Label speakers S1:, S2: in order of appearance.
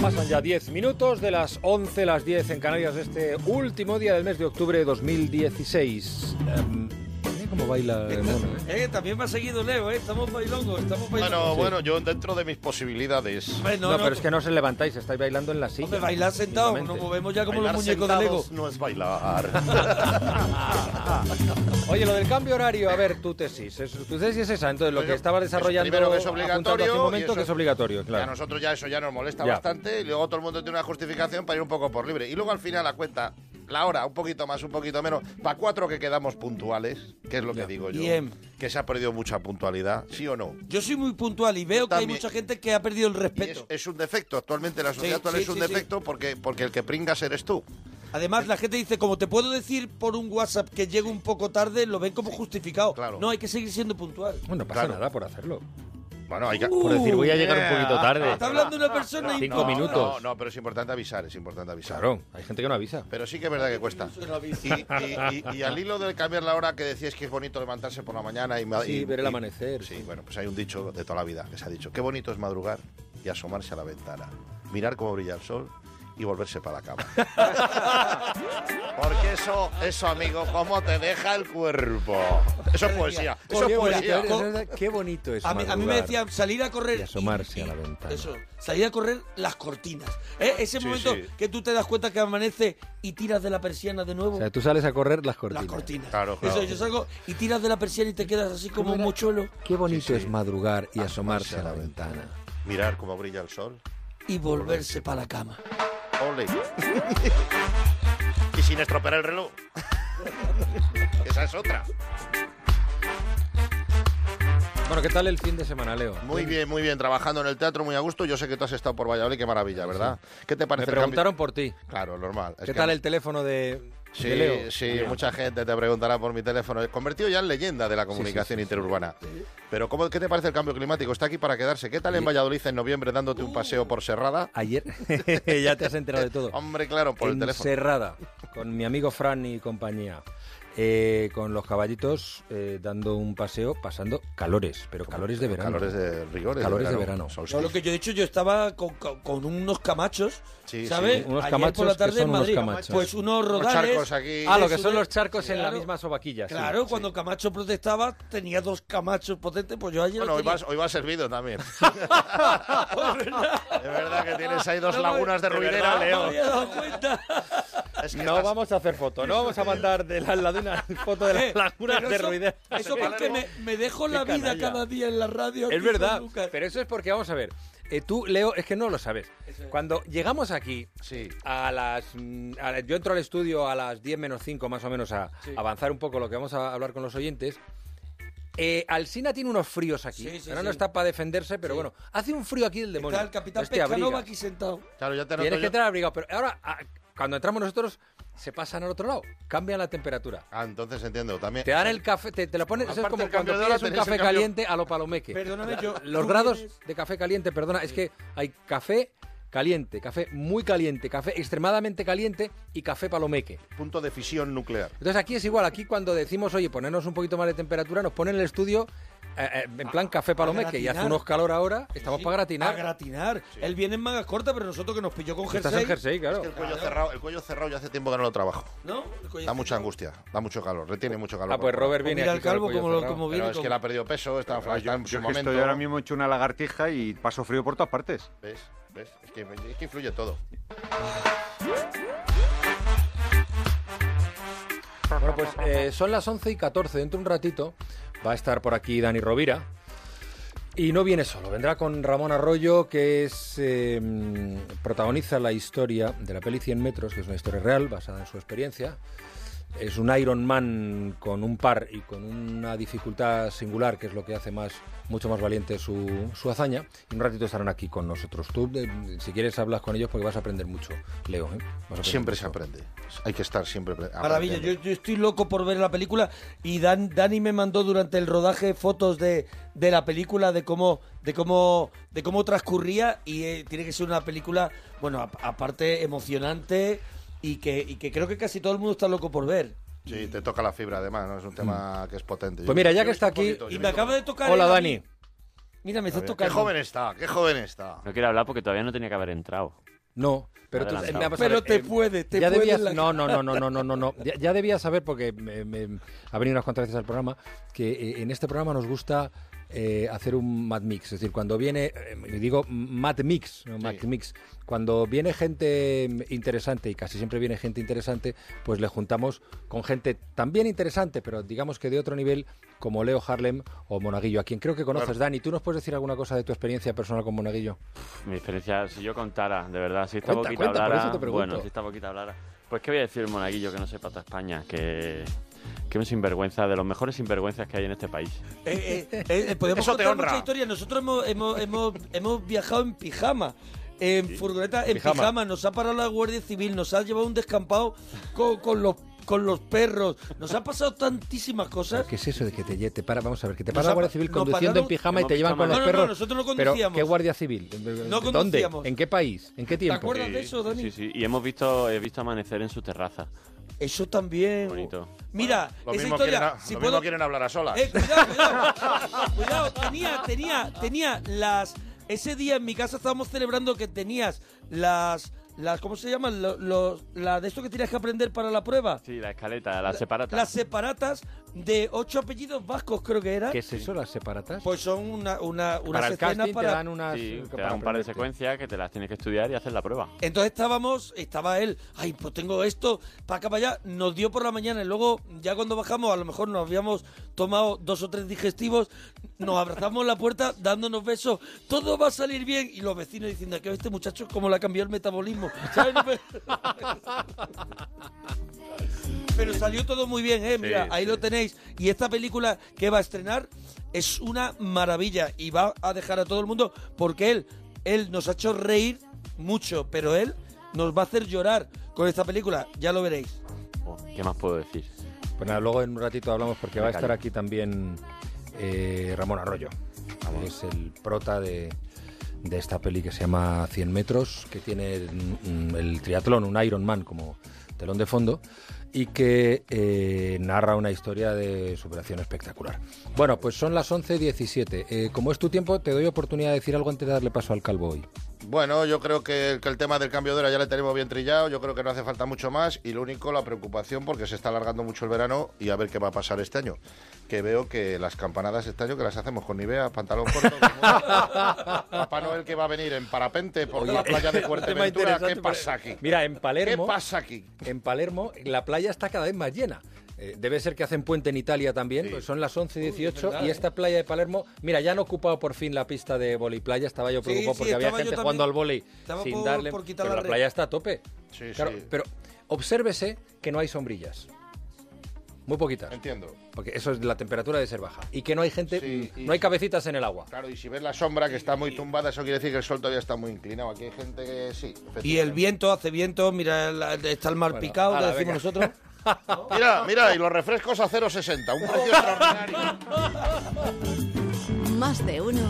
S1: Pasan ya 10 minutos de las 11 las 10 en Canarias de este último día del mes de octubre de 2016. Em, mira cómo baila el mono, ¿eh?
S2: Eh, también me ha seguido Leo, eh. Estamos bailongos, estamos bailongos.
S3: Bueno, bueno, yo dentro de mis posibilidades.
S2: Bueno,
S1: No,
S2: no,
S1: pero es que no se levantáis, estáis bailando en la silla.
S2: Hombre, bailar sentado, nos movemos ya como
S3: Bailar
S2: los muñecos de Lego.
S3: sentados no es bailar.
S1: Oye, lo del cambio horario, a ver, tu tesis. es- tu tesis es esa, entonces lo
S3: Pues
S1: que
S3: yo-
S1: estabas
S3: eso
S1: desarrollando
S3: primero que es
S1: apuntando hace
S3: obligatorio
S1: un
S3: y
S1: momento
S3: eso-
S1: que es obligatorio,
S3: Y A
S1: claro.
S3: nosotros ya eso ya nos molesta
S1: Ya.
S3: bastante y luego todo el mundo tiene una justificación para ir un poco por libre. Y luego al final la cuenta, la hora, un poquito más, un poquito menos, para cuatro que quedamos puntuales, que es lo que digo yo.
S2: Bien.
S3: Que se ha perdido mucha puntualidad, ¿sí o no?
S2: Yo soy muy puntual y veo que hay
S3: también.
S2: mucha gente que ha perdido el
S3: Y es,
S2: respeto.
S3: es un defecto, actualmente la
S2: Sí,
S3: sociedad actual
S2: sí,
S3: es un
S2: sí, sí.
S3: defecto porque, porque el que pringas eres tú.
S2: Además, la gente dice, como te puedo decir por un WhatsApp que llego un poco tarde, lo ven como justificado.
S3: claro.
S2: No, hay que seguir siendo puntual.
S1: Bueno, no pasa
S3: Claro. Uh,
S1: nada por hacerlo.
S3: Bueno, hay que...
S2: Uh,
S4: Por decir, voy a llegar un poquito tarde.
S2: Está hablando una persona
S1: Cinco
S2: impuntual.
S1: minutos.
S3: No, no, pero es importante avisar, es importante avisar.
S1: Claro, hay gente que no avisa.
S3: Pero sí que es verdad que cuesta. Y, y- y- y al hilo del cambiar la hora que decías que es bonito levantarse por la mañana y, ma-
S1: Sí,
S3: y-
S1: ver el
S3: y-
S1: amanecer.
S3: Sí, bueno, pues hay un dicho de toda la vida que se ha dicho, qué bonito es madrugar y asomarse a la ventana, mirar cómo brilla el sol y volverse para la cama. Porque eso, eso, amigo, cómo te deja el cuerpo. Eso es poesía, eso es
S2: Qué
S3: poesía.
S2: bonito,
S1: ¿eh? Qué bonito es
S2: A mí, a mí me
S1: madrugar.
S2: decían salir a correr.
S1: y asomarse a la ventana.
S2: Eso, salir a correr las cortinas. ¿Eh? Ese
S3: Sí,
S2: momento
S3: sí.
S2: que tú te das cuenta que amanece y tiras de la persiana de nuevo.
S1: O sea, tú sales a correr las cortinas.
S2: las cortinas.
S3: Claro, claro.
S2: Eso, yo salgo y tiras de la persiana y te quedas así como
S1: ¿Cómo
S2: un
S1: era?
S2: mochuelo
S1: Qué bonito
S3: Sí, sí.
S1: es madrugar y asomarse
S3: Asomarse
S1: a la
S3: a la
S1: ventana.
S3: Mirar cómo brilla el sol.
S2: y volverse para la cama.
S3: Ole. y sin estropear el reloj. Esa es otra.
S1: Bueno, ¿qué tal el fin de semana, Leo?
S3: Muy bien, muy bien, trabajando en el teatro, muy a gusto. Yo sé que tú has estado por Valladolid, qué maravilla, ¿verdad? ¿Qué te
S1: Me
S3: parece? el cambio?
S1: preguntaron por ti.
S3: Claro, normal. Es
S1: ¿Qué
S3: que-
S1: tal el teléfono de, de
S3: Sí,
S1: Leo?
S3: sí, mucha gente te preguntará por mi teléfono. Convertido ya en leyenda de la comunicación interurbana. Pero ¿cómo, ¿qué te parece el cambio climático? Está aquí para quedarse. ¿Qué tal en Valladolid en noviembre dándote un paseo por Serrada? Eh,
S1: Ayer ya te has enterado de todo.
S3: Hombre, claro, por el teléfono.
S1: Encerrada, con mi amigo Fran y compañía. eh, con los caballitos eh, dando un paseo, pasando calores, pero calores de verano.
S3: Calores de rigores.
S1: Calores de verano.
S3: Solsticio.
S2: No, lo que yo he dicho, yo estaba con, con- con unos camachos,
S3: Sí,
S2: ¿sabes?
S3: sí.
S1: Unos
S2: Ayer
S1: camachos
S2: por la tarde
S1: que son
S2: en
S1: unos
S2: Madrid.
S1: camachos.
S2: Pues unos
S3: Unos
S2: rodales.
S3: charcos aquí.
S1: Ah, lo que
S2: Eso
S1: son
S2: de-
S1: los charcos en la
S2: claro.
S1: misma sobaquilla. sí.
S2: Claro, cuando Camacho protestaba tenía dos Camachos potentes, pues yo ayer...
S3: Bueno,
S2: lo
S3: hoy
S2: tenía.
S3: vas, hoy vas servido también. es verdad que tienes ahí dos lagunas de
S2: No
S3: ruidera,
S2: Ah, me
S3: Leo.
S2: había dado cuenta.
S3: Es que
S1: No
S3: estás-
S1: vamos a hacer foto, no vamos a mandar de la, la de una foto de
S2: Eh,
S1: las lagunas
S2: pero
S1: de
S2: eso-
S1: Ruidera.
S2: Eso porque me, me dejo
S1: Qué
S2: la vida
S1: canalla.
S2: cada día en la radio.
S1: Es
S2: aquí con
S1: verdad,
S2: Lucas.
S1: pero eso es porque, vamos a ver, eh, tú, Leo, es que no lo sabes. Cuando llegamos aquí,
S3: Sí.
S1: a las, mm, a la- yo entro al estudio a las 10 menos 5 más o menos a avanzar un poco lo que vamos a hablar con los oyentes. Eh, Alsina tiene unos fríos aquí.
S2: Sí, sí,
S1: Ahora no
S2: sí.
S1: está para defenderse, pero bueno, hace un frío aquí del demonio.
S2: Está el capitán
S1: Entonces te abrigas.
S2: Pescanova aquí sentado.
S3: Claro, ya te noto
S1: Tienes que
S3: yo-
S1: entrar abrigado, pero ahora ah, cuando entramos nosotros se pasan al otro lado, cambian la temperatura.
S3: Ah, entonces entiendo también.
S1: Te dan el café, te, te lo pones, eso es
S3: Aparte
S1: como
S3: el cambio
S1: cuando
S3: de hora,
S1: pides un
S3: tenéis el
S1: café
S3: cambio-
S1: caliente a lo palomeque.
S2: Perdóname, yo...
S1: Los
S2: tú
S1: grados
S2: vienes-
S1: de café caliente, perdona, es que hay café caliente, café muy caliente, café extremadamente caliente y café palomeque.
S3: Punto de fisión nuclear.
S1: Entonces aquí es igual, aquí cuando decimos, oye, ponernos un poquito más de temperatura, nos ponen en el estudio eh, eh, en plan café palomeque y hace
S2: gratinar.
S1: unos calor ahora, estamos
S2: Sí,
S1: para gratinar.
S2: A gratinar. Él viene en mangas cortas, pero nosotros que nos pilló con jersey.
S1: Estás en jersey,
S3: Es
S1: claro.
S3: que el cuello cerrado, el cuello cerrado ya hace tiempo que no lo trabajo.
S2: ¿No? El cuello
S3: Da mucha
S2: cerrado.
S3: angustia, da mucho calor, retiene mucho calor.
S1: Ah, pues Robert viene
S2: Mira
S1: aquí
S2: el
S1: con
S2: calvo
S1: cuello
S2: como, lo,
S1: cerrado.
S2: como viene.
S3: Pero es
S2: con- Ah,
S3: que le ha perdido peso, está, está en su
S4: Yo es que
S3: momento.
S4: estoy ahora mismo hecho una lagartija y paso frío por todas partes.
S3: ¿Ves? ¿Ves? Es que, es que influye todo.
S1: Bueno, pues eh, son las 11 y 14. Dentro de un ratito va a estar por aquí Dani Rovira. Y no viene solo, vendrá con Ramón Arroyo, que es eh, mm, protagoniza la historia de la peli 100 metros, que es una historia real basada en su experiencia. Es un Iron Man con un par y con una dificultad singular, que es lo que hace más, mucho más valiente su, su hazaña. Y en un ratito estarán aquí con nosotros. Tú, eh, si quieres, hablas con ellos porque vas a aprender mucho, Leo. ¿eh? Vas a aprender
S3: Siempre se
S1: mucho.
S3: aprende. Hay que estar siempre. pre-
S2: Maravilla, yo,
S3: aprendiendo.
S2: yo estoy loco por ver la película y Dan, Dani me mandó durante el rodaje fotos de, de la película, de cómo, de cómo, de cómo transcurría y eh, tiene que ser una película, bueno, a- aparte emocionante y que, y que creo que casi todo el mundo está loco por ver.
S3: Sí, te toca la fibra, además, ¿no? Es un tema que es potente.
S1: Pues mira, ya que
S3: Yo he visto
S1: está
S3: un
S1: aquí-
S3: poquito, yo
S2: Y
S3: he
S2: me
S3: visto-
S2: acaba de tocar...
S1: Hola,
S2: el-
S1: Dani.
S2: Mira, me está
S3: Qué
S2: tocando.
S3: joven está, qué joven está.
S5: No quiero hablar porque todavía no tenía que haber entrado.
S1: No, pero tú,
S5: Adelantado.
S1: eh, vamos a
S2: Pero
S1: ver,
S2: te puede, te
S1: ya
S2: puede
S1: debías-
S2: la-
S1: No, no, no, no, no, no, no, no. Ya, ya debías saber, porque me- me- ha venido unas cuantas veces al programa, que eh, en este programa nos gusta eh, hacer un mad mix. Es decir, cuando viene, eh, y digo mad mix, no mad mix, cuando viene gente mm, interesante, y casi siempre viene gente interesante, pues le juntamos con gente también interesante, pero digamos que de otro nivel, como Leo Harlem o Monaguillo, a quien creo que conoces, Dani. ¿Tú nos puedes decir alguna cosa de tu experiencia personal con Monaguillo?
S5: Mi experiencia, si yo contara, de verdad, si esta
S1: Cuenta,
S5: boquita
S1: cuenta, por
S5: hablara.
S1: eso te pregunto.
S5: bueno, si esta boquita hablara. Pues, ¿qué voy a decir, monaguillo, que no sepa toda España? Que. Que un sinvergüenza, de los mejores sinvergüenzas que hay en este país.
S2: Eh, eh, eh, eh, podemos
S3: Eso te
S2: contar
S3: honra.
S2: muchas historias. Nosotros hemos, hemos, hemos, hemos viajado en pijama. En furgoneta, en pijama.
S1: Pijama.
S2: Nos ha parado la Guardia Civil. Nos ha llevado un descampado con, con los, con los perros. Nos ha pasado tantísimas cosas.
S1: ¿Qué es eso de que te, lle- te para? Vamos a ver, que te
S2: Nos
S1: para la
S2: ha-
S1: Guardia Civil
S2: nos
S1: conduciendo
S2: pararon-
S1: en pijama y
S5: hemos
S1: te llevan
S5: visto
S1: con los
S5: mal.
S2: No, no, no,
S1: perros.
S2: nosotros no
S1: Pero,
S2: conducíamos.
S1: ¿qué Guardia Civil?
S2: No
S1: ¿Dónde?
S2: conducíamos.
S1: ¿En qué país? ¿En qué
S2: ¿Te
S1: tiempo?
S2: acuerdas de eso, Dani?
S5: Sí, sí. Y hemos visto, he visto amanecer en su terraza.
S2: Eso también.
S5: Bonito.
S2: Mira,
S3: Lo,
S2: esa
S3: mismo,
S2: historia.
S3: quieren,
S2: si
S3: lo
S2: puedo-
S3: mismo quieren hablar a solas.
S2: Eh, cuidado, cuidado. cuidado, tenía, tenía, tenía las. Ese día en mi casa estábamos celebrando que tenías las. las ¿Cómo se llaman? Lo- Los, la de esto que tenías que aprender para la prueba.
S5: Sí, la escaleta, la, separata.
S2: Las separatas de ocho apellidos vascos, creo que era.
S1: ¿Qué es eso, las separatas?
S2: Pues son una, una, unas
S1: para el
S2: escenas
S1: casting
S2: para.
S1: te dan unas...
S5: Sí, te
S1: para
S5: da un par de
S1: aprenderte.
S5: secuencias que te las tienes que estudiar y hacer la prueba.
S2: Entonces estábamos, estaba él, ay, pues tengo esto, para acá, para allá, nos dio por la mañana y luego ya cuando bajamos, a lo mejor nos habíamos tomado dos o tres digestivos, nos abrazamos en la puerta dándonos besos, todo va a salir bien y los vecinos diciendo que este muchacho cómo le ha cambiado el metabolismo, ¿sabes? No me- Pero salió todo muy bien, ¿eh? Mira,
S3: Sí,
S2: ahí lo tenéis. Y esta película que va a estrenar es una maravilla y va a dejar a todo el mundo porque él, él nos ha hecho reír mucho, pero él nos va a hacer llorar con esta película. Ya lo veréis.
S5: Oh, ¿Qué más puedo decir?
S1: Pues nada, luego en un ratito hablamos porque
S5: Me
S1: va a
S5: callo.
S1: estar aquí también eh, Ramón Arroyo. Es el prota de, de esta peli que se llama 100 metros, que tiene mm, el triatlón, un Ironman como telón de fondo y que eh, narra una historia de superación espectacular. Bueno, pues son las 11.17. Eh, como es tu tiempo, te doy oportunidad de decir algo antes de darle paso al calvo hoy.
S3: Bueno, yo creo que, que el tema del cambio de hora ya le tenemos bien trillado, yo creo que no hace falta mucho más y lo único la preocupación porque se está alargando mucho el verano y a ver qué va a pasar este año. Que veo que las campanadas este año que las hacemos con Nivea, pantalón corto, como- Papá Noel que va a venir en parapente por la playa de Fuerteventura, ¿qué pasa aquí?
S1: Mira, en
S3: ¿Qué
S1: Palermo...
S3: pasa aquí?
S1: en Palermo la playa está cada vez más llena. Eh, debe ser que hacen puente en Italia también, pues son las 11 y 18 y
S2: ¿eh?
S1: esta playa de Palermo, mira, ya han ocupado por fin la pista de voliplaya, estaba yo
S2: Sí,
S1: preocupado
S2: sí,
S1: porque había
S2: estaba yo
S1: gente
S2: también-
S1: jugando al vóley
S2: estaba
S1: sin
S2: por-
S1: darle,
S2: por quitar
S1: pero
S2: la
S1: la
S2: red.
S1: playa está a tope.
S3: Sí,
S1: Claro,
S3: sí.
S1: pero obsérvese que no hay sombrillas. Muy poquitas,
S3: Entiendo.
S1: porque eso es la temperatura de ser baja y que no hay gente, mm,
S3: Sí, y-
S1: no hay cabecitas en el agua.
S3: Claro, y si ves la sombra que está muy tumbada, eso quiere decir que el sol todavía está muy inclinado. Aquí hay gente que sí.
S2: Y el viento hace viento, mira, la- está el mar
S1: Bueno,
S2: picado, que
S1: ala,
S2: decimos nosotros.
S3: Mira, mira, y los refrescos a 0,60, un precio extraordinario.
S6: Más de uno